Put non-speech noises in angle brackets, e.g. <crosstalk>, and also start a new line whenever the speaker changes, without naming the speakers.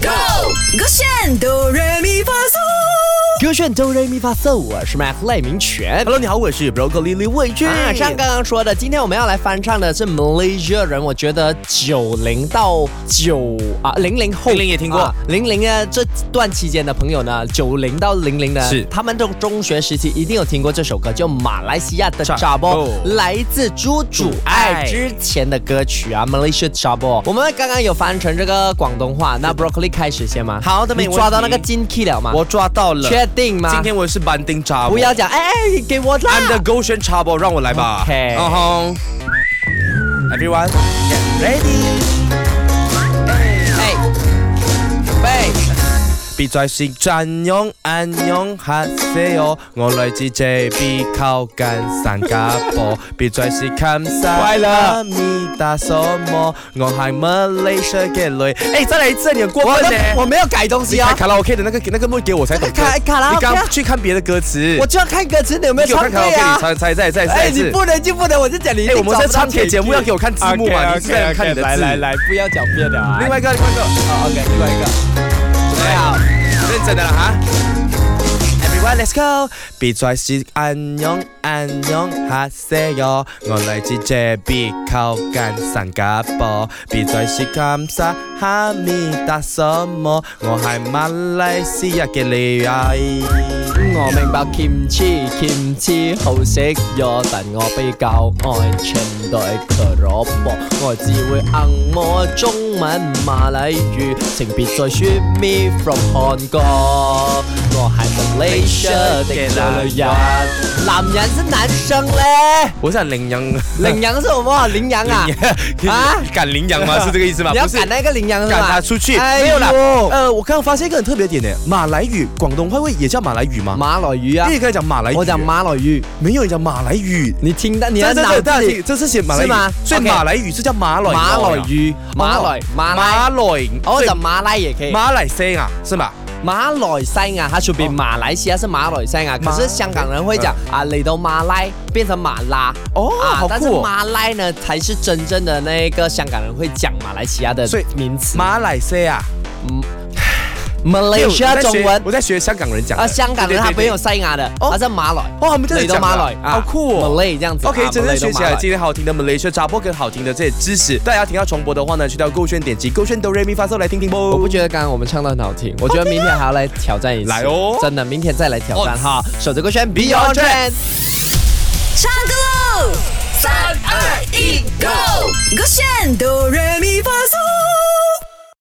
Go，勾选哆来咪发嗦。
歌炫哆瑞咪发嗦，我是 Mac 赖明全。
Hello，你好，我是 Broccoli 李伟俊。
啊，像刚刚说的，今天我们要来翻唱的是 Malaysia 人，我觉得九零到九啊零零后，
00也听过
啊零零呢这段期间的朋友呢，九零到零零呢，
是
他们的中学时期一定有听过这首歌，叫《马来西亚的
Jabo
Jabo》，来自朱主爱
主爱
之前的歌曲啊，Malaysia Jabo。我们刚刚有翻成这个广东话，那 Broccoli 开始先吗？
好的没
你
问
抓到那个
题
金 key 了吗？
我抓到了，
啊确定吗？
今天我是班丁查，
不要讲，哎哎，给我啦！
，I'm the 勾选查波，让我来吧。
OK
嗯哼 Everyone get ready，
哎，喂，
別再是讚揚暗湧嚇死我，哦我來自 JB 靠近新加坡，別再是冚沙
乖了
咪打什麼，我係 Malaysia 嘅女。哎，再來一次，你很過
我
分呢。
都我没有改东西
你
啊
看，卡拉 OK 的那个那个幕给我才懂歌
那个卡卡拉 OK 啊
你刚去看别的歌词，
我就要看歌词，你有没有
给我
唱
看卡拉
对
OK，你
啊？
猜猜再再
哎，
再
你
次。
不能就不能，我就讲你一定
哎，我们
找
在
不到
唱
解
铁
句
节目要给我看字幕嘛，
OK，OK，
你是在看你的
OK，来
字。
来来，不要狡辩了啊！
另外一个，另外一个，
好，OK，另外一个，对啊，
哎认真的了哈。Everyone, let's go！別再是暗湧暗湧嚇死我，我嚟自 JB 靠近新加坡。別再是咁沙哈密達什麼，我係馬來西亞嘅你啊！
我明白 kimchi kimchi 好食咗，但我比較愛清代嘅蘿蔔。我只會硬我中文馬來語，請別再説 me from 韓國。我係 Malaysia 的女人，男人是男生咧，
我是很羚羊，
羚羊是什麼？羚羊
<laughs>
啊？啊
啊，敢羚羊吗？是这个意思吗？
你要
不是
赶那个羚羊是吧？
赶他出去，
哎
没有啦。
呦
呃，我刚刚发现一个很特别的点呢，马来语、广东话会也叫马来语吗？
馬來語啊
因为，刚才讲马来语，
我講馬來語，
没有人讲马来语，
你聽到你要
这
腦
这
子
这
里
这这是写马来
是吗
语，所以
OK
马来语是叫马来
馬來語，馬來馬來。
马来，
哦，
所以
讲马来也可以，马
马来西亚是吗？
马来西亚它就比马来西亚是马来西亚，可
马
是香港人会讲啊，嚟到马来变成马拉。
哦，
啊
好
但是
酷哦！
马来呢，才是真正的那个香港人会讲马来西亚的
所以
名词。
马来西亚，
Malaysia
我在学
中文
我在学香港人讲的
啊，香港人他
对对对
没有西亚的，
哦
他是马来，
哦，我们这
嚟
里
到
讲
马
的
来，啊
好酷哦！
，Malay 这样子。啊
OK，真正学起来
这
今天好听的 Malaysia 扎波跟好听的这些知识，大家听到重播的话呢，去到勾选点击勾选哆瑞咪发嗦来听听
我不
不。
觉得刚刚我们唱的很好听，我觉得明天还要来挑战一次。
来哦
真的，明天再来挑战
哦
哈。守着歌轩 Beyond
Beyond
Trend。
唱歌喽！三二一，Go！勾选哆来